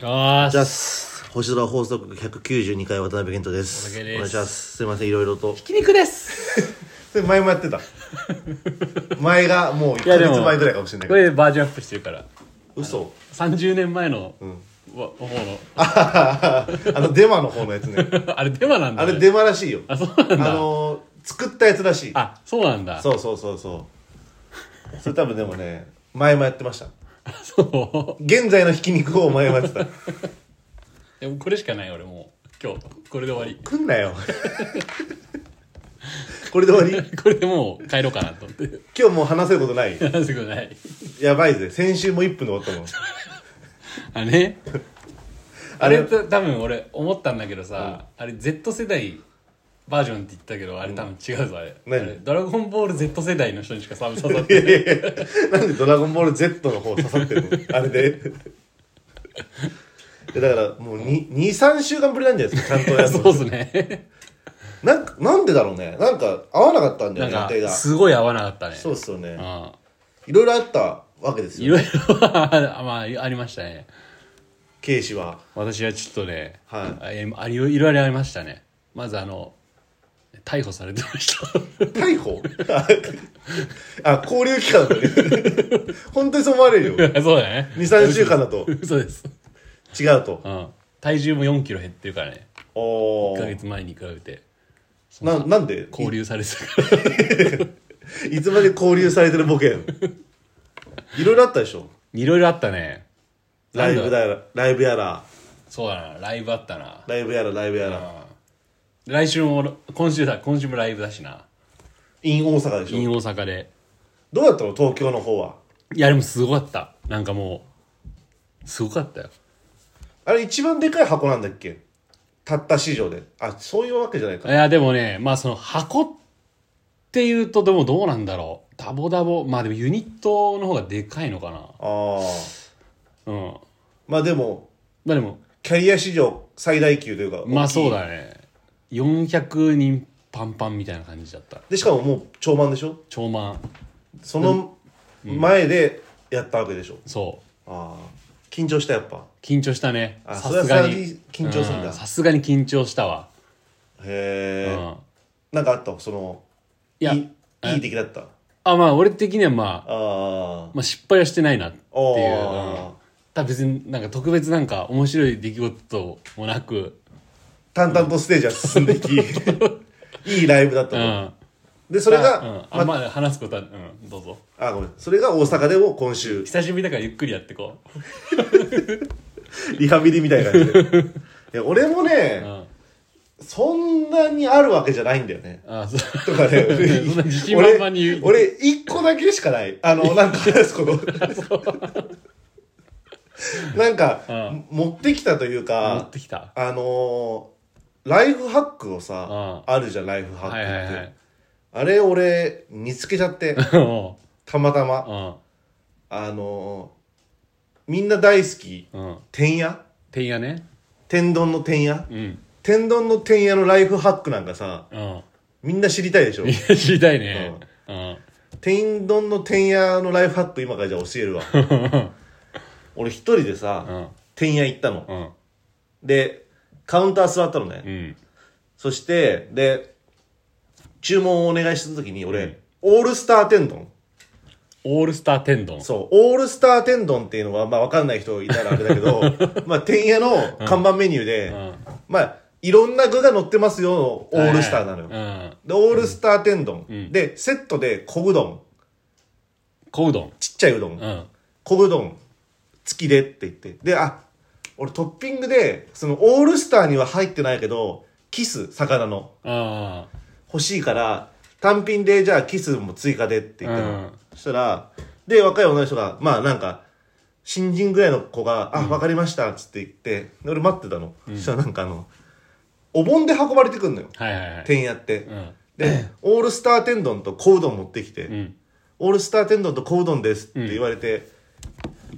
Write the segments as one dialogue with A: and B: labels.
A: よー
B: じゃあ
A: し。
B: 星空放送局192回渡辺健人です
A: 小竹です
B: お願いしますすいませんいろいろと
A: ひき肉です。
C: それ前も やってた前がもう1
A: いや
C: ヶ
A: でも、
C: 月前ぐらいかもしれない
A: こ
C: けど
A: れバージョンアップしてるから。
C: 嘘
A: 30年前の、
C: ん
A: わ方の。
C: あのデマの方のや つね
A: あれデマなんだ、
C: あれデマらしいよ
A: あ、
C: あ
A: そうなんだ。
C: のー作ったやつらしい
A: あ、そうなんだ。
C: そうそうそうそうそれ多分でもね前もやってました
A: そう。
C: 現在のひき肉を前もやって た
A: でもこれしかない俺もう。今日。これで終わり。
C: 来んなよ これで終わり
A: これでもう帰ろうかなと思って。
C: 今日もう話せることない
A: 話すことない。
C: やばいぜ先週も1分で終わったもん
A: あね。あ
C: あれ
A: れと多分俺思ったんだけどさ、あれ Z 世代バージョンって言ったけど、あれ多分違うぞ、あれ。
C: 何
A: あれドラゴンボール Z 世代の人にしか サブ刺さっ
C: い
A: て
C: や
A: ない。
C: いやいやなんで「ドラゴンボール Z」の方刺さってるのあ れでいやだからもう23週間ぶりなんじゃないですかちゃんとやる
A: そう
C: の
A: っすね。
C: なんかなんでだろうねなんか合わなかったんだ
A: なん
C: よね予
A: か
C: 定、がそ
A: すごい合わなかったね。
C: うっすよね
A: うん。
C: いろいろあったわけです
A: い
C: よ
A: ろいろ まあ、ありましたね。
C: ケイシは
A: 私はちょっとね、
C: はい
A: あえありいろいろありましたね。まずあの、逮捕されてました。
C: 逮捕 あ交留期間だね 本当にそう思われるよ
A: そうだね。
C: 23週間だと
A: そうです。
C: 違うと
A: うん。体重も4キロ減ってるからね。
C: お
A: 1ヶ
C: ー
A: 月前に比べて。
C: ななんで
A: 交流されてたから。
C: いいつまで交流されてるボケやの いろいろあったでしょ
A: いろいろあったね。
C: ライブだやら、ライブやら、
A: そうだな、ライブあったな。
C: ライブやら、ライブやら。
A: 来週も、今週だ、今週もライブだしな。
C: in 大阪でしょ
A: in 大阪で。
C: どうだったの東京の方は。
A: いや、でもすごかった。なんかもう、すごかったよ。
C: あれ一番でかい箱なんだっけたった市場で。あ、そういうわけじゃない
A: い
C: か。
A: や、でもね、まあその箱っていうと、でもどうなんだろう。ダボダボ。まあでもユニットの方がでかいのかな。
C: ああ。
A: うん。
C: まあでも、
A: まあでも、
C: キャリア市場最大級というか。
A: まあ
C: 大きい
A: そう。だね。400人パンパンみたいな感じだった。
C: で、しかももう超満でしょ
A: 超満。
C: その前でやったわけでしょ。
A: そう。
C: ああ。緊張したやっぱ。
A: 緊張したね。
C: あ
A: さすが
C: それは
A: に。
C: 緊張するんだ
A: うさすがに緊張したわ。
C: へえ。
A: うん。
C: なんかあったその、
A: いや、
C: いいい出来だった。あ
A: あ、まあ俺的にはまあ、
C: あ。
A: まあ失敗はしてないなっていう。
C: お
A: うん
C: ー
A: ただ別になんか特別なんか面白い出来事もなく、
C: 淡々とステージは進んでいき、いいライブだった
A: う
C: と思う。
A: ん。
C: で、それ
A: うん
C: が、
A: あん
C: ま、
A: まあ話すことは、うん、どうぞ。
C: あ、ごめん。それが大阪でも今週、
A: 久しぶりだからゆっくりやってこう。
C: リハビリみたいな感 じで。いや俺も
A: う
C: ね、
A: ん。
C: そんなにあるわけじゃないんだよね。
A: あ、そう。
C: とかね、
A: そんな自信満々に言う
C: 俺、俺一個だけしかない。あの、なんか話すこと。 なんか、持ってきたとい
A: 持っ
C: うか、
A: てきた。
C: あのー、ライフハックをさ、
A: う
C: あるじゃん、ライフハックっ
A: は
C: て。
A: いはいはい。
C: あれ、俺、見つけちゃ って、
A: うん
C: たまたま。あのー、みんな大好き、
A: うん。うん。
C: 天屋
A: てんやね。
C: 天丼の天屋
A: うん。
C: 天丼の天屋のライフハックなんかさ
A: うん。
C: みんな知りたいでしょ
A: いや、知りたいね。うん。
C: 天丼の天屋のライフハック今からじゃあ教えるわ 俺一人でさ、
A: うん。
C: 天屋行ったの
A: うん。
C: でカウンター座ったのね、
A: うん。
C: そしてで注文をお願いした時に俺、オールスター天丼
A: オールスター天丼。
C: そうオールスター天丼っていうのはまあ分かんない人いたらあれだ けどまあ天屋の看板メニューで、
A: うん。
C: まあいろんな具が乗ってますよのオールスターなの
A: う
C: よ、
A: ん。
C: で、オールスター天丼。
A: ん
C: で、セットで小うどん。
A: 小うどん。
C: ちっちゃいうどん。
A: うん。
C: 小うどん。付きでって言って。で、あ、俺トッピングで、そのオールスターには入ってないけど、キス、魚の。
A: あ
C: 欲しいから、単品で、じゃあキスも追加でって言ったの。
A: うん
C: そしたら、で、若い女の人が、まあなんか、新人ぐらいの子が、あ、わ、かりました、つって言って、で俺待ってたの。そしたらなんかあの、お盆で運ばれてくんのよ。
A: あ。はいはいはい。
C: 天やって。
A: うん。
C: で、オールスター天丼と小うどん持ってきて、
A: うん。
C: オールスター天丼と小うどんですって言われて、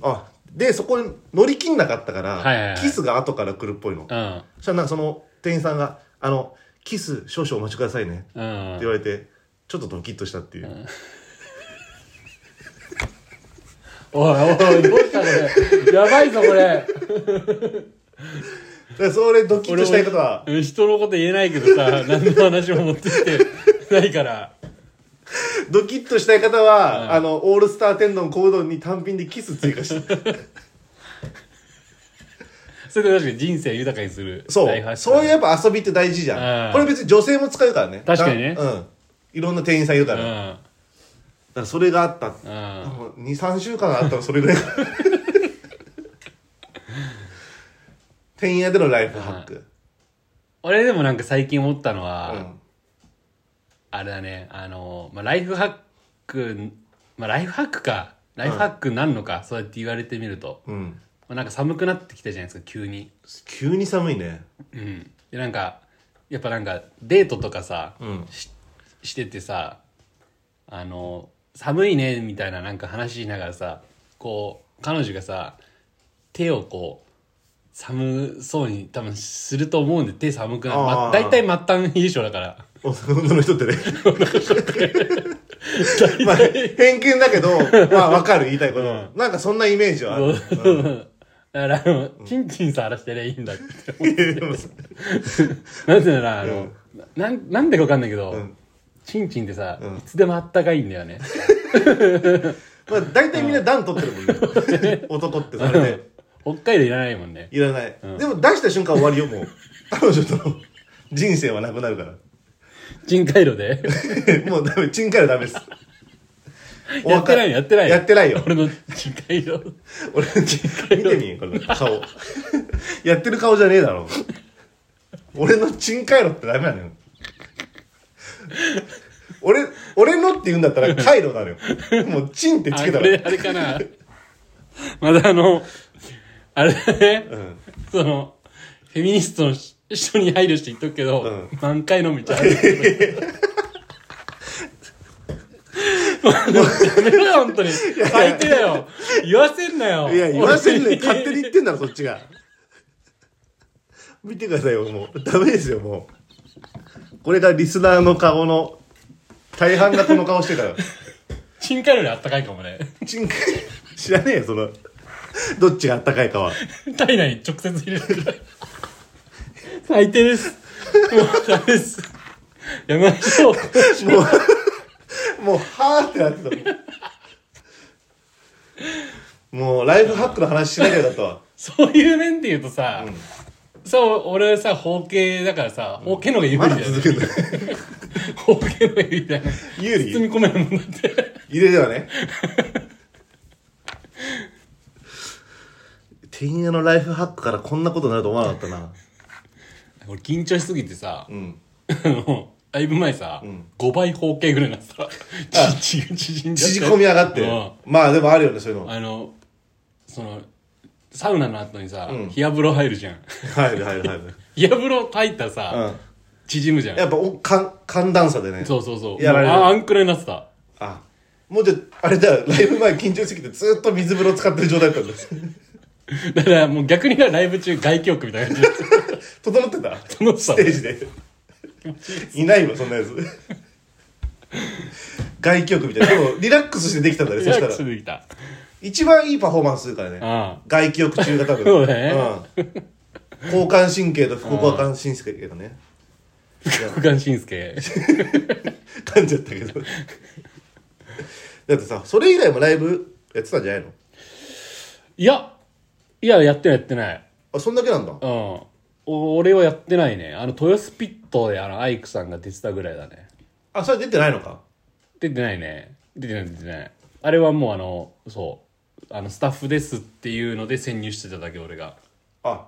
C: あでそこに乗り切んなかったから、
A: はいはいはい
C: キスが後から来るっぽいの、
A: うん。
C: そしたらなんかその店員さんが「あのキス少々お待ちくださいね」って
A: うん。
C: 言われてちょっとドキッとしたっていう、
A: おいおい、どうしたこれ。やばいぞこれ。
C: らそれドキッとしたいことは
A: 俺も人のこと言えないけど さ何の話も持ってきてないから
C: ドキッとしたい方は、あのオールスター天丼小うどんに単品でキス追加して
A: それで確かに人生豊かにする
C: そ
A: 大
C: う
A: 発
C: そういうや
A: 見
C: っぱ遊びって大事じゃ
A: うん
C: んこれ別に女性も使うからね
A: 確かにね
C: なうんいろんな店員さんいるか
A: う
C: ら,、だか
A: ん
C: らそれがあった
A: うん
C: 23週間あったらそれぐらい てんやでのライフハック、
A: 俺でもなんか最近思ったの
C: う
A: は、
C: ん、
A: あれだねあの、まあ、ライフハックまあライフハックかライフハックなんのか、そうやって言われてみると、
C: うん、
A: まあ、なんか寒くなってきたじゃないですか急に
C: 急に寒いね
A: うんでなんかやっぱなんかデートとかさ、
C: うん
A: ししててさあの寒いねみたいななんか話しながらさこう彼女がさ手をこう寒そうに多分すると思うんで手寒くなる、ま
C: あー
A: 大体末端優勝だから
C: 女の人ってねまあ偏見だけどまあわかる言いたいこと、なんかそんなイメー ジはある、
A: だからあの、チンチンさらしてりゃいいんだって。
C: でもさ
A: なぜなら、あの
C: ん、
A: ななん、なんでかわかんないけど、
C: ん
A: チンチンってさ、
C: ん
A: いつでもあったかいんだよ ね。
C: まあ大体みんな暖取ってるもんね男ってそれで
A: 北海道いらないもんね。
C: いらない、でも出した瞬間終わりよもう彼女との人生はなくなるから
A: チンカイロで。
C: もうダメチンカラダメですお
A: やって
C: 別
A: ない
C: れ
A: よ、やってないよ。
C: やってないよ
A: 俺のチンカイロ。
C: 俺見てみこの顔やってる顔じゃねえだろ俺のチン回路ってダメなのよ俺俺のって言うんだったら回路なのよもうチンってつ
A: あ
C: けた
A: こ
C: ら
A: れ、あれかな。まだあの、あれだね、
C: ん
A: その、フェミニストの人に配慮して言っとくけど、
C: うん
A: 満開のみちゃう。 やめろよ、本当に。最低だよ。言わせんなよ。
C: いや言わせんね
A: 俺
C: 勝手に言ってんだろそっちが見てくださいよもうダメですよもうこれがリスナーの顔の大半がこの顔してたよ
A: 深海よりあったかいかもね。
C: チン回路知らねえよそのどっちがあったかいかは
A: 体内に直接入れるくらい。最低です。もうダメです。やめましょう。
C: もう、もう、はーってなってたもん。もう、ライフハックの話しなきゃだったわ。
A: そういう面で言うとさ、そう、俺さ、包茎だからさ、包茎の方が有利
C: ま
A: だ
C: だ
A: よ、
C: 続
A: ね。
C: けるの。
A: 包茎の方が有利だよ、ね。
C: 有
A: 包み
C: 利
A: 込めるもんだって。
C: 入れではね。てんやのライフハックからこんなことになると思わなかったな。
A: 俺緊張しすぎてさ
C: う、ん。
A: あの、だいぶ前さ、
C: ん
A: 5倍包茎ぐらいになってさ、ちち縮んじゃって
C: 縮こみ上がっ
A: うん
C: て。まあでもあるよね、そういうの。
A: あの、その、サウナの後にさ、
C: うん
A: 冷や風呂入るじゃん。
C: 入る入る入る。
A: 冷や風呂入ったらさ、
C: うん。
A: 縮むじゃん。
C: やっぱおかん、寒暖差でね。
A: そうそうそう。
C: やられる
A: もうああんくらいになってた。
C: あ、もうじゃあ、あれだよ、ライブ前緊張しすぎてずっと水風呂使ってる状態だったんです。
A: だからもう逆にライブ中外気浴みたいな 感じで。
C: 整ってた
A: 整ってた
C: ステー ジでいないわそんなやつ外気浴みたいなでもリラックスしてできたんだねそ
A: リラ
C: し
A: ッ
C: た
A: クス
C: ら
A: できた。
C: 一番いいパフォーマンスするからね
A: ああ
C: 外気浴中が多分
A: そうだ
C: うん、交感神経と副交感神経がね
A: 副官信介。
C: 噛んじゃったけどだってさそれ以外もライブやってたんじゃないの
A: いや、いや、やってないやってない。
C: あそんだけなんだ
A: うん。お俺はやってないね。あの、豊洲ピットであの、アイクさんが出てたぐらいだね。
C: あそれ出てないのか
A: 出てないね。出てない出てない。あれはもうあの、そう。あの、スタッフですっていうので潜入してただけ俺が。
C: あ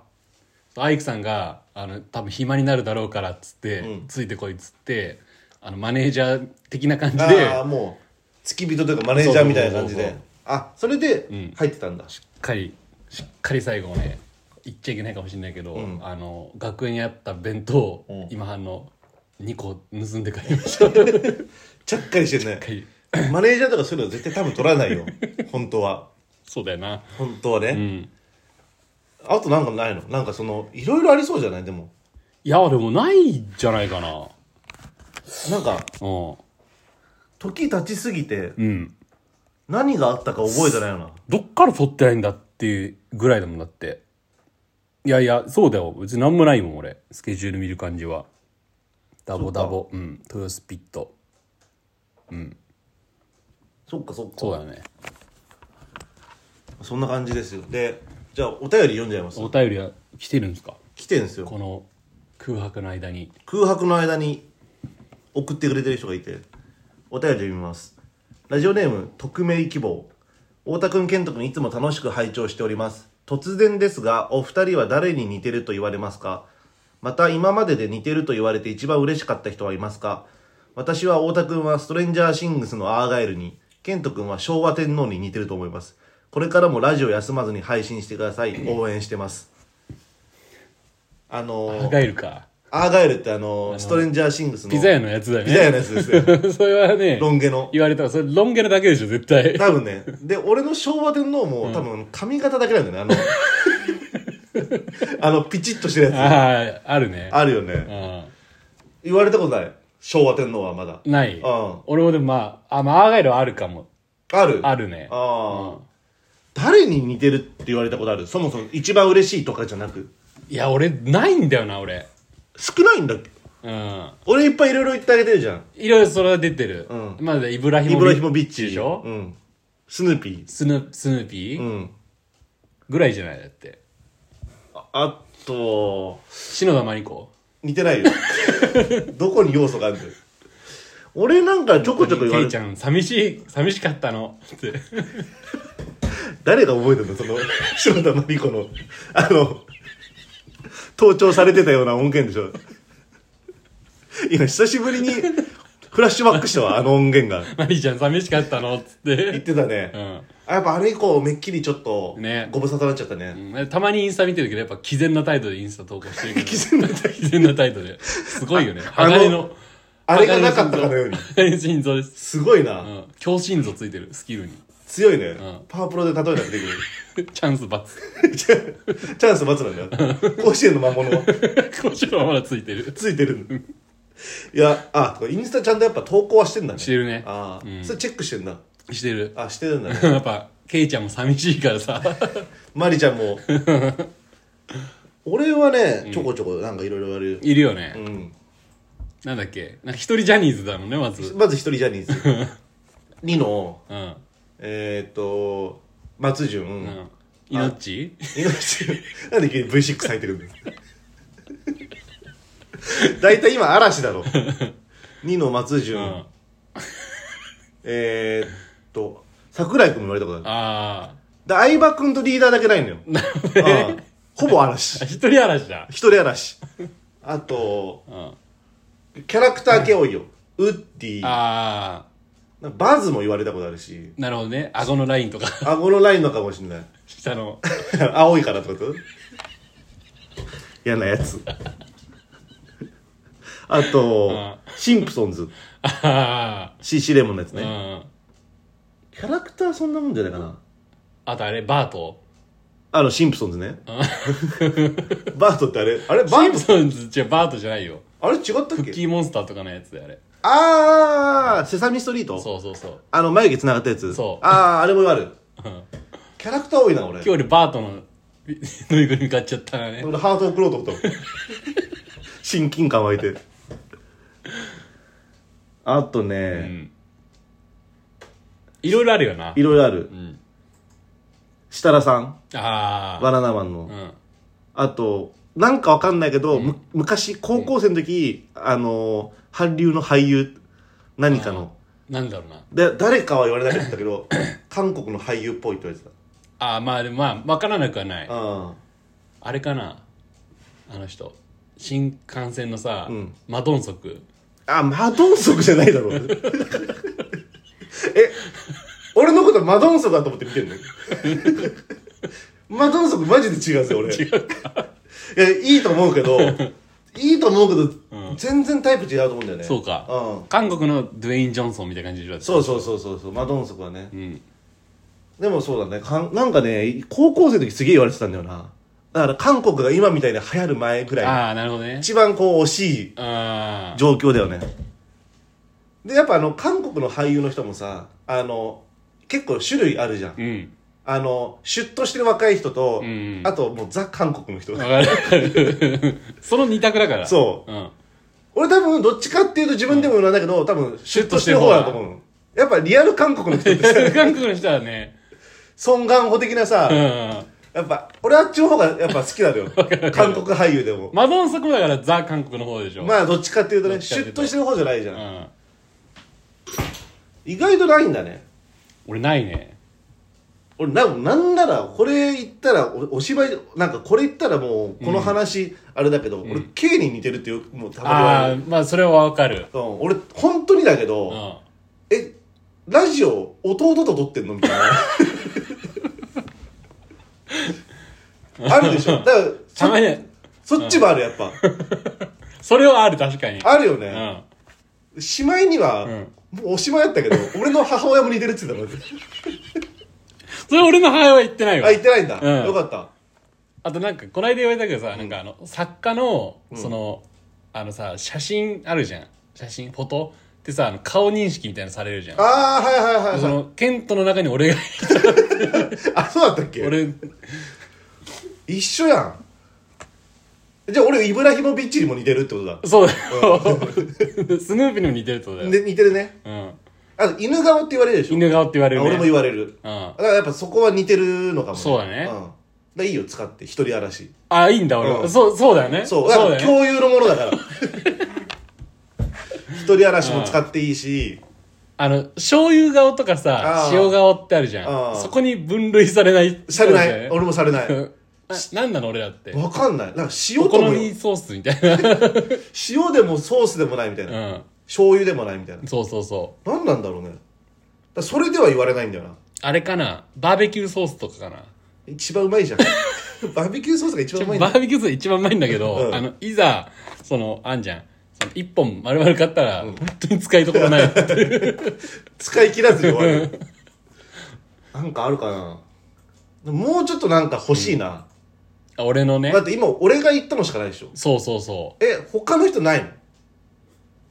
A: アイクさんが、あの、多分暇になるだろうからっつって、
C: うん
A: ついてこいっつって、あの、マネージャー的な感じで、
C: ああもう付き人というかマネージャーみたいな感じ
A: そうそう
C: で
A: そう
C: あそれで入ってたんだ、
A: しっかりしっかり最後ね言っちゃいけないかもしれないけど、
C: ん
A: あの学園にあった弁当を、
C: うん
A: 今半の2個盗んで帰りました
C: ちゃっかりしてるね
A: はい
C: マネージャーとかそういうの絶対多分取らないよ 本当は
A: そうだよな
C: 本当はね、
A: うん
C: あとなんかないのなんかそのいろいろありそうじゃないでも
A: いやでもないんじゃないかな
C: なんか
A: うん
C: 時経ちすぎて
A: うん
C: 何があったか覚えてないよな
A: どっから取ってないんだっていうぐらいだもんだっていやいやそうだよ別に何もないもん俺スケジュール見る感じはダボダボうん豊洲ピット
C: そっかそっか
A: そうだね
C: そんな感じですよでじゃあお便り読んじゃいます
A: お便りは来てるんですか
C: 来てんですよ
A: この空白の間に
C: 空白の間に送ってくれてる人がいてお便り読みますラジオネーム匿名希望太田くん健人くんいつも楽しく拝聴しております突然ですがお二人は誰に似てると言われますかまた今までで似てると言われて一番嬉しかった人はいますか私は太田くんはストレンジャーシングスのアーガイルに健人くんは昭和天皇に似てると思いますこれからもラジオ休まずに配信してください応援してますあのー
A: アーガイルか
C: アーガイルってあの、ストレンジャーシングスの。
A: ピザ屋のやつだよね
C: ピザ屋のやつです よ。
A: それはね
C: ロン毛の。
A: 言われたらそれロン毛のだけでしょ絶対
C: 多分ね。で、俺の昭和天皇も多分髪型だけなんだよね。あの、あの、ピチッとしてるや
A: あああるね
C: つ。あるよね。
A: う
C: 言われたことない。昭和天皇はまだ。
A: んない
C: うん
A: 俺もでもまああまあアーガイルはあるかも
C: ある
A: あるね
C: ああ。誰に似てるって言われたことあるそもそも一番嬉しいとかじゃなく。
A: いや俺ないんだよな俺
C: 少ないんだっけ
A: うん
C: 俺いっぱいいろいろ言ってあげてるじゃん。
A: いろいろそれは出てる、
C: うん
A: まだイブラヒ
C: イ
A: モ
C: ブラヒモビッチ。
A: でしょ、
C: うん。スヌーピ
A: スヌスヌーピ
C: ー。う
A: ー
C: ん。
A: ぐらいじゃないだって
C: ああと、
A: 篠田真理子
C: 似てないよ どこに要素があるんだよ俺なんかちょこちょこ言わ
A: ケ
C: れ
A: イち
C: る
A: ゃん寂しい寂しかったのって
C: 誰が覚えてんだよその 篠田真理子のあの盗聴されてたような音源でしょ今久しぶりにフラッシュバックしたわあの音源が
A: マリーちゃん寂しかったのっつっ、
C: 言っててたね、
A: うん
C: あやっぱあれ以降めっきりちょっと
A: ね
C: ご無沙汰になっちゃったね
A: うん、たまにインスタ見てるけどやっぱ毅然な態度でインスタ投稿してるけど
C: 毅 然な態
A: 度毅然な態度ですごいよね
C: ああの
A: 鋼の
C: あれがなかったかのように
A: 鋼の心臓です、
C: すごいな、
A: うん、強心臓ついてるスキルに
C: 強いね、
A: ん
C: パワープロで例えなくてできる
A: チャンスバツ
C: チャンス待つなんだよ甲子園の魔物は
A: こっちのまだついてる
C: ついてるいやあインスタちゃんとやっぱ投稿はしてんだね
A: してるね
C: ああ、それチェックしてんだ
A: してる
C: あしてるんだね
A: やっぱケイちゃんも寂しいからさ
C: マリちゃんも俺はねちょこちょこなんかいろいろ言われる、
A: いるよね、
C: うん、
A: なんだっけなんか一人ジャニーズだもんねまず
C: まず一人ジャニー ズ二の
A: うん
C: えー、っと松潤、
A: うん命
C: 猪木なんで急に V6 入ってくるんだよ 大体今嵐だろ二の松
A: う
C: 潤、
A: ん
C: えー、っと桜井君も言われたことある
A: あ
C: で、相葉君とリーダーだけな いのよ。ああほぼ嵐
A: あ。一人嵐だ
C: 一人嵐。あと、
A: うんあ
C: キャラクター系多いよ。ウッディ。
A: あ
C: なんかバズも言われたことあるし。
A: なるほどね顎のラインとか
C: 顎のラインのかもしれない。
A: 下の
C: 青いからってこと嫌なやつ。あと、シンプソンズ。
A: あ
C: CC レモンのやつ
A: あう
C: ね。
A: ん
C: キャラクターそんなもんじゃないかな。
A: あとあれバート
C: あの、シンプソンズね。 バートってあれあれバ
A: シン
C: ー
A: プ
C: ト
A: ソンズ違うバートじゃないよ
C: あれ違ったっ
A: クッ
C: け
A: キーモンスターとかのやつであれ
C: あー、セサミストリート
A: そうそうそう
C: あの、眉毛繋がったやつ。
A: そう
C: ああ、あれもある。
A: ん
C: キャラクター多いな、俺。
A: 今日俺バートの ぬいぐるみ買っちゃったらね
C: 俺、ハート送ろうと思ったもん。親近感湧いて。あと
A: う
C: ね、
A: んいろいろあるよない
C: ろいろある。
A: ん
C: 設楽さん、
A: あ
C: バナナマンの。
A: あうん
C: あと、なんかわかんないけど、む昔、高校生の時、あのー、韓流の俳優、何かの。
A: なんだろうな
C: で、誰かは言われなかったけど、韓国の俳優っぽいって言われて
A: ああまあでもまあ分からなくはない
C: た。うん。
A: あれかなあの人新幹線のさ、
C: ん
A: マドンソク
C: あ、マドンソクじゃないだろう。 え、俺のことマドンソクだと思って見てんのマドンソクマジで違うんですよ、俺。いや、いいと思うけ ど、いいと思うけど、全然タイプ違うと思うんだよね。
A: そうか、
C: うん。
A: 韓国のドゥエイン・ジョンソンみたいな感じでしょ
C: そうそうそうそうそう、マドンソクはね。
A: ん
C: でもそうだねかん、なんかね、高校生の時すげえ言われてたんだよな。だから韓国が今みたいに流行る前ぐらい、
A: ああなるほどね
C: 一番こう惜しい
A: あ
C: 状況だよねでやっぱあの韓国の俳優の人もさあの結構種類あるじゃん、
A: あうん
C: あの、シュッとしてる若い人と、
A: ん
C: あともうザ・韓国の人。
A: わかるわかる その二択だから、
C: そう
A: ん、
C: 俺多分どっちかっていうと自分でも言うんだけど、多分シュッとしてる方だと思うの。やっぱリアル韓国の人ってさ、
A: 韓国の人はね
C: ソン・ガンホ的なさ、
A: うん
C: やっぱ、俺はあっちの方がやっぱ好きなのよ。韓国俳優でも。
A: マドンソクもだからザ韓国の方でしょ、
C: まあどっちかっていうと
A: ど
C: ね、
A: っちか
C: シ
A: ってい
C: ュ
A: う
C: ッ
A: と
C: としてる方じゃないじゃん。
A: うん、
C: 意外とないんだね。
A: 俺ないね
C: 俺な、なんなら、これ言ったらお、お芝居、なんかこれ言ったらもう、この話、あれだけど、俺、K に似てるっていう、もうたまに言わ
A: あ
C: れ
A: あ
C: る。
A: まあそれはわかる
C: うん、俺、本当にだけど、
A: うん
C: え、ラジオ、弟と撮ってんのみたいな。あるでしょだから、そ
A: たまに
C: そっちもある、やっぱ。
A: それはある確かに
C: あるよ
A: う
C: ね。
A: ん
C: しまいには、
A: ん
C: もうおしまいだっ たけど、俺の母親も似てるって言ってたの。
A: それ俺の母親は言ってないわ
C: あ、言ってないんだ。
A: うん
C: よかった。
A: あとなんかこの間言われたけどさ、なんかあの作家のその、あのさ写真あるじゃん写真フォトってさあの顔認識みたいなのされるじゃん
C: ああ、はいはいはい
A: そ
C: はい。
A: のケントの中に俺が
C: あ、そうだったっけ
A: 俺
C: 一緒やんじゃあ俺イブラヒモビッチにも似てるってことだ
A: そうだよ、スヌーピーにも似てるってことだよ、
C: で似てるね
A: うん、
C: あと犬顔って言われるでしょ
A: 犬顔って言われる、
C: あ
A: ね、
C: 俺も言われ
A: う
C: る
A: ん
C: だからやっぱそこは似てるのかも、
A: そうだね
C: ん、だいいよ使って一人嵐
A: あいいんだ俺、
C: うん
A: そうそうだよね
C: そうだか
A: だよ
C: ら
A: ね
C: 共有のものだ から一人嵐も使っていいし
A: あの醤油顔とかさ
C: あー
A: 塩顔ってあるじゃ
C: あ
A: ん
C: ー
A: そこに分類されない
C: されな
A: そうだ
C: い
A: よね
C: 俺もされない
A: ななんなの俺らって
C: わかんないなんか
A: お
C: 塩と
A: 好
C: も
A: みソースみたい
C: 塩でもソースでもないみたいな、
A: な
C: 醤油でもないみたいな
A: うんそうそうそう
C: 何なんだろうねだからそれでは言われないんだよな
A: あれかなバーベキューソースとかかな
C: 一番うまいじゃん バーベキューソースが一番うまいんだ
A: バーベキューソース一番うまいんだけど、
C: うん
A: あのいざそのあんじゃんその一本丸々買ったら、本当に使いどころない
C: 使い切らずに終わる なんかあるかなもうちょっとなんか欲しいな、
A: あ俺のね
C: だって今俺が言ったのしかないでしょ
A: そうそうそう
C: え他の 人ないの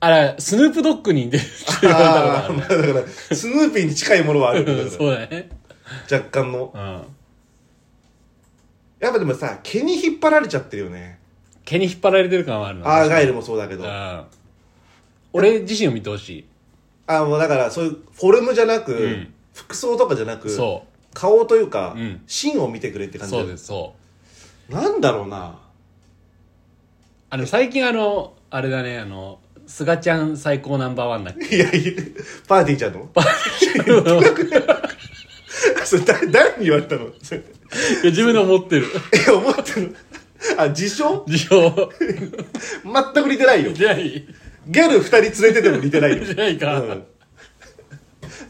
A: あらスヌープドッグに似てるって言われたことあ
C: あ
A: る
C: ーまあだからスヌーピーに近いものはあるんだ
A: うん
C: けど
A: そうだね
C: 若干の
A: うん
C: やっぱでもさ毛に引っ張られちゃってるよね
A: 毛に引っ張られてる感はあるな
C: アーガイルもそうだけどあ
A: うん俺自身を見てほし
C: ーもうだからそういうフォルムじゃなく、
A: うん
C: 服装とかじゃなく
A: いそ
C: 顔というか、
A: うん
C: 芯を見てくれって
A: う
C: 感じだ
A: そう
C: よ
A: ですそう
C: なんだろうな
A: あの最近あのあれだねあのすがちゃん最高ナンバーワン だっけ
C: いやいや、パーティーちゃんのパーティーそれ誰誰に言われたのそれ
A: いや自分で思ってる
C: え、思ってるあ、自称
A: 自 称
C: 全く似てないよ。
A: じゃない
C: ギャル二人連れてても似てないよ。
A: じゃないか、
C: うん。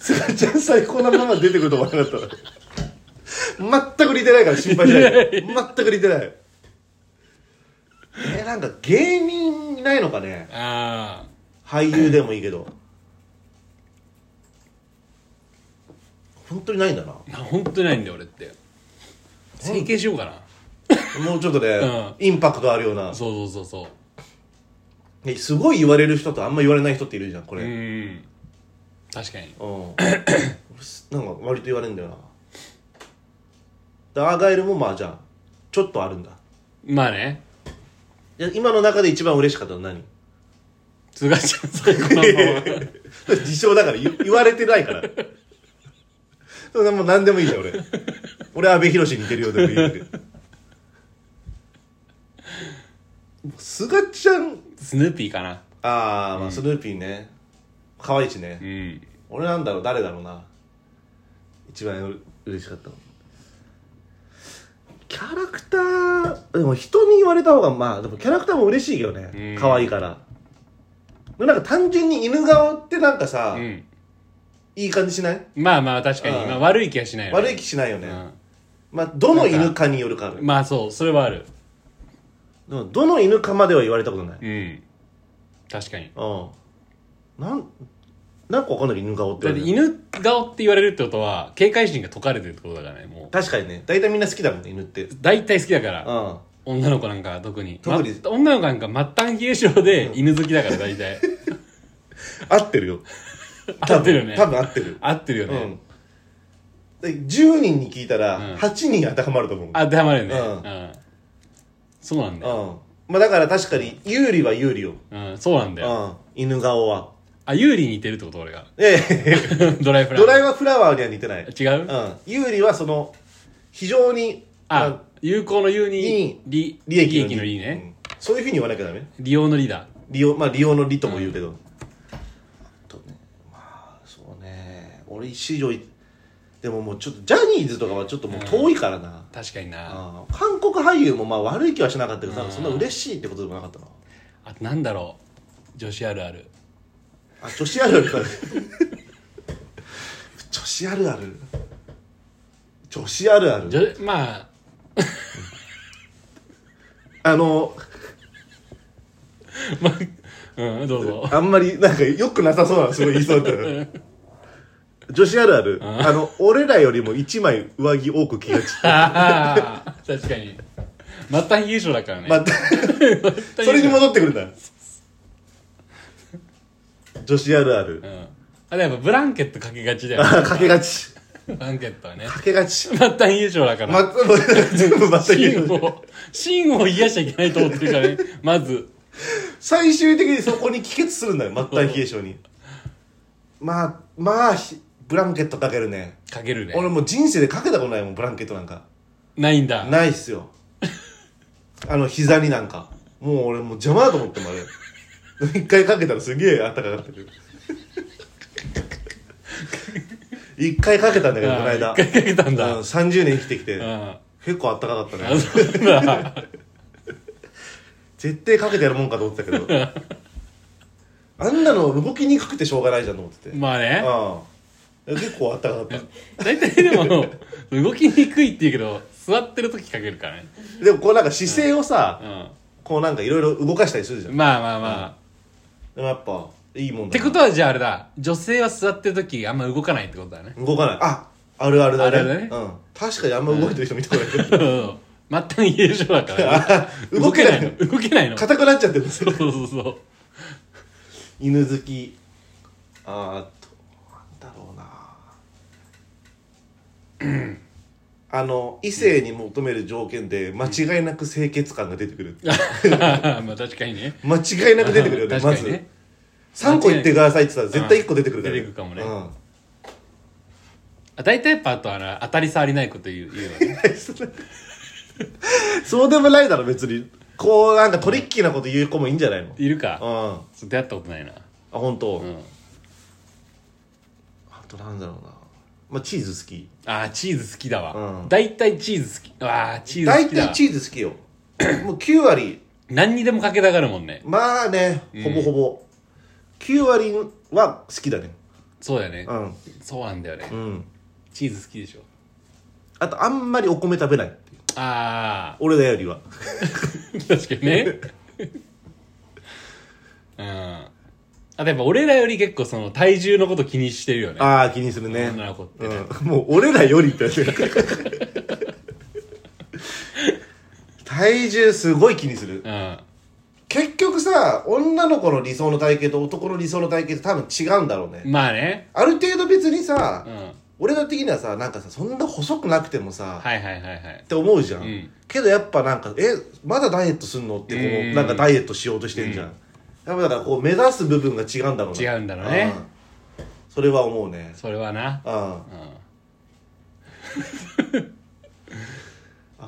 C: すがちゃん最高なまま出てくると思わなかった。全く似てないから心配しないで。全く似てない。え、なんか芸人いないのかね
A: ああ
C: 俳優でもいいけど。本当にないんだな。
A: な本当にないんだよ俺って整形しようかな
C: もうちょっとね、
A: うん
C: インパクトあるような。
A: そうそうそうそ
C: えすごい言われる人とあんま言われない人っているじゃん、こ
A: うう
C: れ。
A: ん確かに
C: うん。俺すなんか割と言われるんだよな。でアーガイルもまあじゃあ、ちょっとあるんだ。
A: まあね
C: いや今の中で一番嬉しかったのは何
A: すがちゃん最高ナンバーワン
C: 自称だから言言われてないから。そんなもう何でもいいじゃん、俺。俺、阿部寛に似てるようでもいいんだけど。すがちゃん、
A: スヌーピーかな
C: ああ、まあ、スヌーピーね。可愛いしね。
A: うん
C: 俺なんだろう誰だろうな一番う嬉しかったのキャラクターでも人に言われた方がまあでもキャラクターも嬉しいよね
A: うん
C: 可愛いからでもなんか単純に犬顔ってなんかさ、
A: うん
C: いい感じしない
A: まあまあ確かに、
C: うん
A: まあ、悪い気はしないよね
C: 悪い気しないよね、
A: う
C: まあどの犬かによるかある
A: んまあそうそれはある
C: でもどの犬かまでは言われたことない
A: うん確かに
C: うんなんなんかわかんないけど犬顔って
A: だ
C: 言
A: って
C: われる
A: 犬顔って言われるってことは警戒心が解かれてるってことだからねもう
C: 確かにね大体みんな好きだもんね犬って
A: 大体好きだ か
C: う
A: ら
C: ん
A: 女の子なんか特に
C: 特に
A: ま女の子なんか末端冷え性で犬好きだから大 体
C: 合ってるよ
A: 合ってるよね
C: 多分合ってる
A: 合ってるよね、
C: うんで10人に聞いたら、8人当てはまると思う。
A: 当てはまるよね、
C: う
A: う
C: ん
A: んそうなんだよ、
C: うん。まあだから確かに、有利は有利よ。
A: うん、そうなんだ
C: う
A: よ、
C: ん。犬顔は。
A: あ有利に似てるってこと俺が
C: ええ、
A: ドライフラワー
C: ドライはフラワーには似てない。
A: 違う、
C: うん。有利はその、非常に、
A: あ有効の有に
C: に
A: 利
C: 利益の
A: の利ね、。
C: うんそういうふうに言わなきゃダメ。
A: 利用の利だ
C: 利用、まあ利用の利とも言うけど。あとね、まあ、そうね。俺、史上い、でももうちょっと、ジャニーズとかはちょっともう遠いからな。
A: 確かにな、
C: あー韓国俳優もまあ悪い気はしなかったけど、なんかそんな嬉しいってことでもなかったな。
A: あとなんだろう女子あるある
C: あ、女子あるあるか。 女子あるある。女子あるある。
A: 女まあ
C: あの、
A: まあうんどう ぞ
C: あんまりなんか良くなさそうなのすごい言いそうだったな女子あるある。あの、俺らよりも一枚上着多く着がち。
A: ああ確かに末端優勝だからね、
C: また、それに戻ってくるんだ。女子あるあ
A: う
C: る。
A: んあでもやっぱブランケットかけがちだよね
C: あ、かけがち。
A: ブランケットはね
C: かけがち。
A: 末端優勝だから、
C: ま、 もう全部また言
A: 芯
C: う。
A: を芯を癒しちゃいけないと思ってるからねまず
C: 最終的にそこに帰結するんだよ末端冷え性にまあまあひブランケットかけるね
A: かけるね
C: 俺もう人生でかけたことないもんブランケットなんか
A: ないんだ
C: ないっすよあの膝になんかもう俺もう邪魔だと思ってもんあれ一回かけたらすげえあったかかってる一回かけたんだけどこの間
A: あー一回かけたんだ
C: う30年生きてきて、
A: うん
C: 結構あったかかった
A: あ
C: ね
A: そうだ
C: 絶対かけてやるもんかと思ってたけどあんなの動きにくくてしょうがないじゃんと思ってて、
A: まあ ね
C: うん結構あったかかった
A: 大体でも動きにくいって言うけど座ってる時かけるからね
C: でもこうなんか姿勢をさ、
A: う
C: こうなんかいろいろ動かしたりするじゃん
A: んまあまあまあ、
C: でもやっぱいいも
A: っ
C: んだ
A: て
C: な
A: ことはじゃああれだ女性は座ってる時あんま動かないってことだね
C: 動かないああるあるだね
A: あるあるね
C: うん、確かにあんま動いてる人見たことない、
A: うん末端優勝だから、ね、
C: 動けない
A: の 動けないの
C: 硬くなっちゃってるんです
A: そ
C: よ
A: うそうそう
C: 犬好きあーとなんだろうな あの異性に求める条件で間違いなく清潔感が出てくる、
A: まあ確かにね
C: 間違いなく出てくるよね
A: 確
C: ま
A: かに
C: ず
A: ね、
C: 3個言ってくださいって言ったら絶対1個出てくるから、
A: うん出てくるかもね
C: うん
A: あ大体やっぱあとはな当たり障りないこと言う言うよね
C: そうでもないだろ別にこうなんかトリッキーなこと言う子もいいんじゃないのうん
A: いるか
C: あ
A: 出会ったことないな
C: 本当、
A: うん
C: あとなんだろうなまあチーズ好き
A: あーチーズ好きだわ、
C: うん
A: 大体チーズ好きあーチーズ
C: 大
A: 好きだ
C: 体チーズ好きよもう9割
A: 何にでもかけたがるもんね
C: まあねほぼほぼ、9割は好きだね
A: そうだよね、
C: うん
A: そうなんだよね、
C: うん
A: チーズ好きでしょ
C: あとあんまりお米食べないっていう
A: あ
C: 俺らよりは
A: あ 確かにねうんあとやっぱ俺らより結構その体重のこと気にしてるよね
C: ああ気にするね
A: 女の子ってね
C: うんもう俺らよりって言われてる体重すごい気にする
A: うん
C: 結局さ女の子の理想の体型と男の理想の体型って多分違うんだろうね
A: まあね
C: ある程度別にさ、
A: うん
C: 俺ら的にはさなんかさそんな細くなくてもさ、
A: はいはいはいはい
C: って思うじゃん、
A: うん
C: けどやっぱなんかえまだダイエットすんのってこう、
A: うん
C: なんかダイエットしようとしてんじゃん、やっぱだからこう目指す部分が違うんだろうね
A: 違うんだろうね
C: うんそれは思うね
A: それはな
C: うんあ
A: うん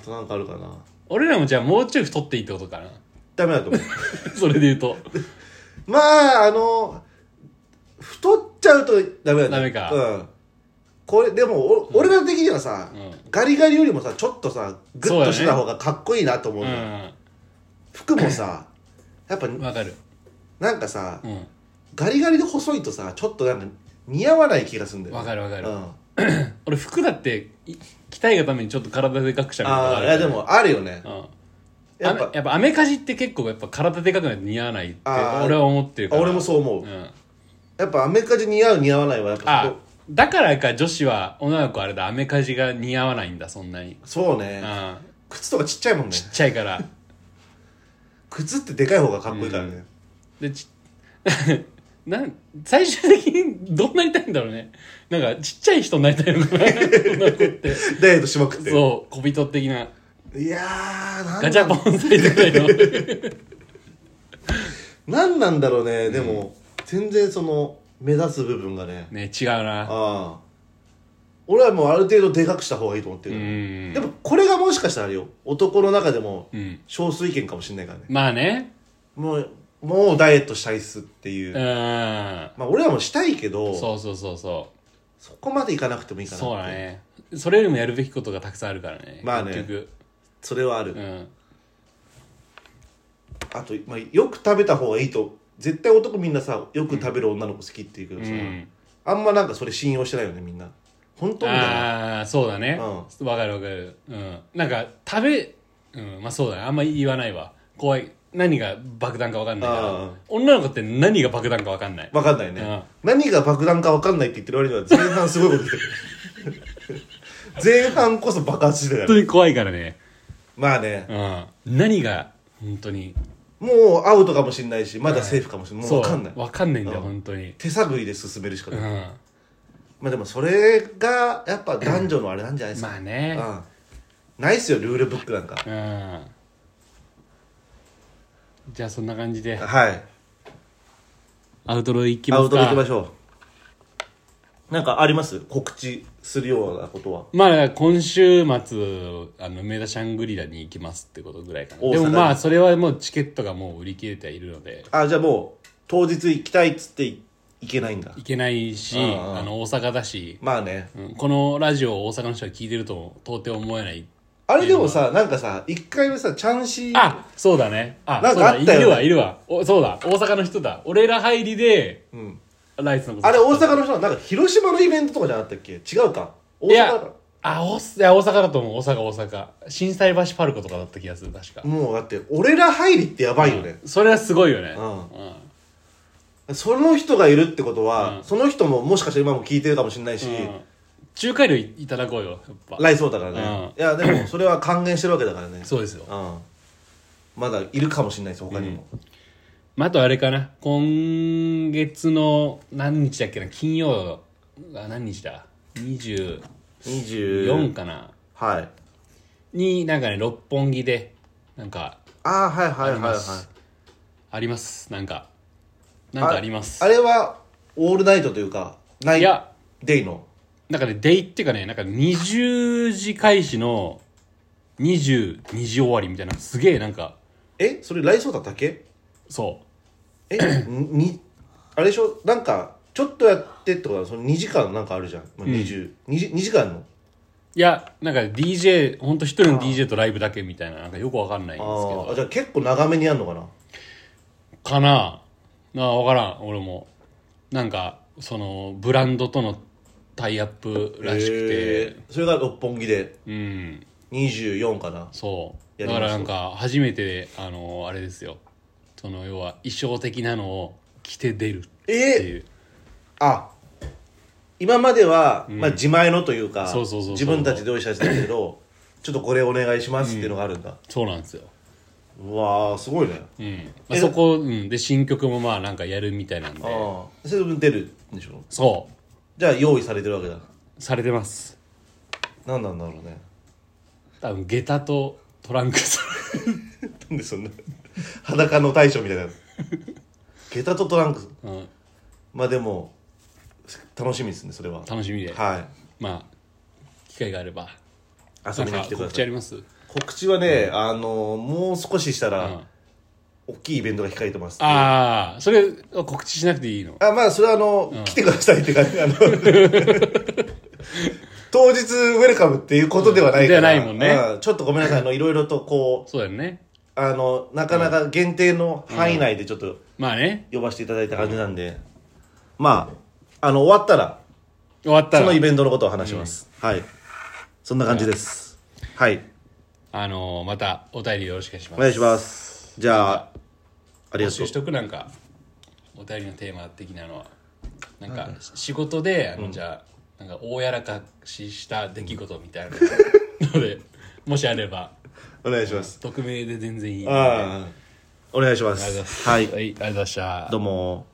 C: となんかあるかな
A: 俺らもじゃあもうちょい太っていいってことかな
C: ダメだと思う
A: それで言うと
C: まああの太っちゃうとダメだね
A: ダメか
C: うんこれでもお、俺ら的にはさ、
A: うん
C: ガリガリよりもさちょっとさグッとしてた
A: そう
C: 方がかっこいいなと思う
A: う
C: のよ
A: ん
C: 服もさやっぱ
A: わかる
C: なんかさ、
A: うん
C: ガリガリで細いとさちょっとなんか似合わない気がするんだよね
A: わかるわかる
C: うん、あ
A: 俺服だってい着たいがためにちょっと体でかくしちゃうことが
C: あ
A: あ
C: ー
A: る
C: いやでもあるよね
A: うん
C: や
A: や
C: っ
A: っ
C: ぱ
A: ぱやっぱアメカジって結構やっぱ体でかくないと似合わないって
C: あー
A: 俺は思ってる
C: あ
A: から
C: 俺もそう思う、
A: うん
C: やっぱアメリカ人似合う似合わないはやっぱそ
A: あ
C: こ
A: だからか女子は女の子あれだアメカジが似合わないんだそんなに
C: そう
A: う
C: ね
A: んち
C: 靴とかちっちゃいもんね
A: っちゃいから
C: 靴ってでかい方がかっこいいからね、
A: でち なん最終的にどうなりたいんだろうねなんかちっちゃい人になりたいのかな 女の子って
C: ダイエットしまくって
A: そう小人的ない
C: やーなん
A: ガチャポンサイズぐらいの
C: なんなんだろうねでも、全然その目指す部分がね
A: ね違うな
C: ああ俺はもうある程度でかくした方がいいと思って
A: う
C: る、
A: ん
C: でもこれがもしかしたらあれよ男の中でも
A: うん
C: 少数意見かもしれないからね、
A: まあね
C: もうもうダイエットしたいっすっていう、
A: うん
C: まあ俺らもしたいけどそ
A: そうそうそうそう
C: こまでいかなくてもいいかなって
A: そうだねそれよりもやるべきことがたくさんあるからね
C: まあね
A: 結局
C: それはある、
A: うん
C: あと、まあ、よく食べた方がいいと絶対男みんなさよく食べる女の子好きっていうけど
A: う
C: さ、
A: ん
C: あんまなんかそれ信用してないよねみんな本当みたいな
A: ああーそうだねわ、かるわかるうんなんか食べうんまあそうだねあんま言わないわ怖い何が爆弾かわかんないか
C: あ
A: ら
C: ー
A: 女の子って何が爆弾かわかんない
C: わかんないね、
A: うん
C: 何が爆弾かわかんないって言ってる割には前半すごいこと言ってる前半こそ爆発して
A: 本
C: たか
A: 当
C: ら
A: に怖いからね
C: まあね、
A: うん何が本当に
C: もうアウトかもしれないしまだセーフかもしれない、もうわかんない
A: そうわかんないんだよ
C: うん
A: 本当に
C: 手探りで進めるしか
A: う
C: ない、
A: ん
C: まあでもそれがやっぱ男女のあれなんじゃないですか、
A: まあね
C: うんないっすよルールブックなんか
A: うんじゃあそんな感じで
C: はい
A: アウトロ行きま
C: ア
A: すか
C: ウトロ行きましょうなんかあります告知するようなことは
A: まあだから今週末あの梅田シャングリラに行きますってことぐらいかな
C: 大阪
A: で
C: に
A: もまあそれはもうチケットがもう売り切れてはいるので
C: あじゃあもう当日行きたいっつってい行けないんだ
A: 行けないし
C: うんうん
A: あの大阪だし、
C: まあね
A: うんこのラジオを大阪の人が聞いてるとも到底思えない
C: あれでもさなんかさ一回目さチャンシー
A: あそうだねあ
C: なんかあったよ
A: そうだい
C: ね
A: るわいるわおそうだ大阪の人だ俺ら入りで
C: うん
A: ライスのこと
C: あれ大阪の人はなんか広島のイベントとかじゃなかったっけ違うか大
A: い
C: 阪
A: や
C: だ
A: あおすいや大阪だと思う大阪大阪心斎橋パルコとかだった気がする確か、
C: もうだって俺ら入りってやばいよね、
A: それはすごいよね
C: うん
A: うん
C: その人がいるってことは、
A: うん
C: その人ももしかしたら今も聞いてるかもしれないし、
A: うん仲介料いいただこうよやっぱ
C: 来そうだから
A: う
C: ね、
A: ん
C: いやでもそれは還元してるわけだからね
A: そうですよ、
C: うんまだいるかもしれないです他にも、
A: まあ、あとあれかな今月の何日だっけな金曜が何日だ24
C: 24
A: かな、
C: はい
A: になんかね六本木でなんか
C: ああはいはいはいはい
A: ありますなんかなんかあります
C: あれはオールナイトというかナイ
A: いや
C: デイの
A: なんかねデイっていうかねなんか20時開始の22時終わりみたいなすげえなんか
C: えそれ来そうだったっけ
A: そ
C: えにあれでしょなんかちょっとやってってことはその2時間なんかあるじゃん、まあ、20、二時2時間の
A: ういやなんか DJ ほんと一人の DJ とライブだけみたいななんかよくわかんないんですけど
C: ああじゃあ結構長めにやるのかな
A: かななあ分からん俺もなんかそのブランドとのタイアップらしくて
C: へーそれが六本木で
A: うん
C: 24かな
A: そう
C: や
A: だ
C: りましょう
A: からなんか初めてあのあれですよその要は衣装的なのを着て出るって
C: えー、
A: いう
C: あ今までは、まあ、自前のというか
A: そうそうそうそう
C: 自分たちで用意したやつだけどちょっとこれお願いしますっていうのがあるんだ、
A: そうなんですよ
C: うわーすごいね
A: うん、まあ、
C: え
A: そこ、うん、で新曲もまあなんかやるみたいなんで
C: ああそれで出るんでしょ
A: そ
C: じゃあ用意されてるわけだ
A: うされてます
C: 何なんだろうね
A: 多分下駄とトランクス
C: なんでそんな裸の大将みたいな下駄とトランクス
A: うん、
C: まあでも楽しみですねそれは
A: 楽しみで、
C: は
A: まあ機会があれば
C: い
A: な
C: 遊び
A: ん
C: に
A: か
C: 来てくだ
A: 告
C: さ
A: 知あ
C: い
A: ります、うん、
C: 告知はね、あのもう少ししたら、
A: あ
C: 大きいイベントが控えてます
A: あーそれは告知しなくていいの
C: あまあそれはあの、来てくださいって感じあの当日ウェルカムっていうことではないから、
A: ではないもんね
C: うんちょっとごめんなさいあのいろいろとこう
A: そうだよね
C: あのなかなか限定の範囲内でちょっと
A: まあね
C: 呼ばせていただいた感じなんで、まああの終わったら
A: 終わった
C: そ
A: ら
C: のイベントのことを話します、はいそんな感じです、はい
A: あのーまたお便りよろしくお願いします
C: お願いしますじゃああ
A: 募
C: りがと
A: 集
C: う
A: しとくなんかお便りのテーマ的なのはなんか仕事であの、じゃあなんか大やらかしした出来事みたいな のでもしあれば
C: お願いします
A: 匿名で全然いいのでありがとう
C: ああお願いしま
A: ございますす
C: はい
A: はい、ありがとうございました
C: どうも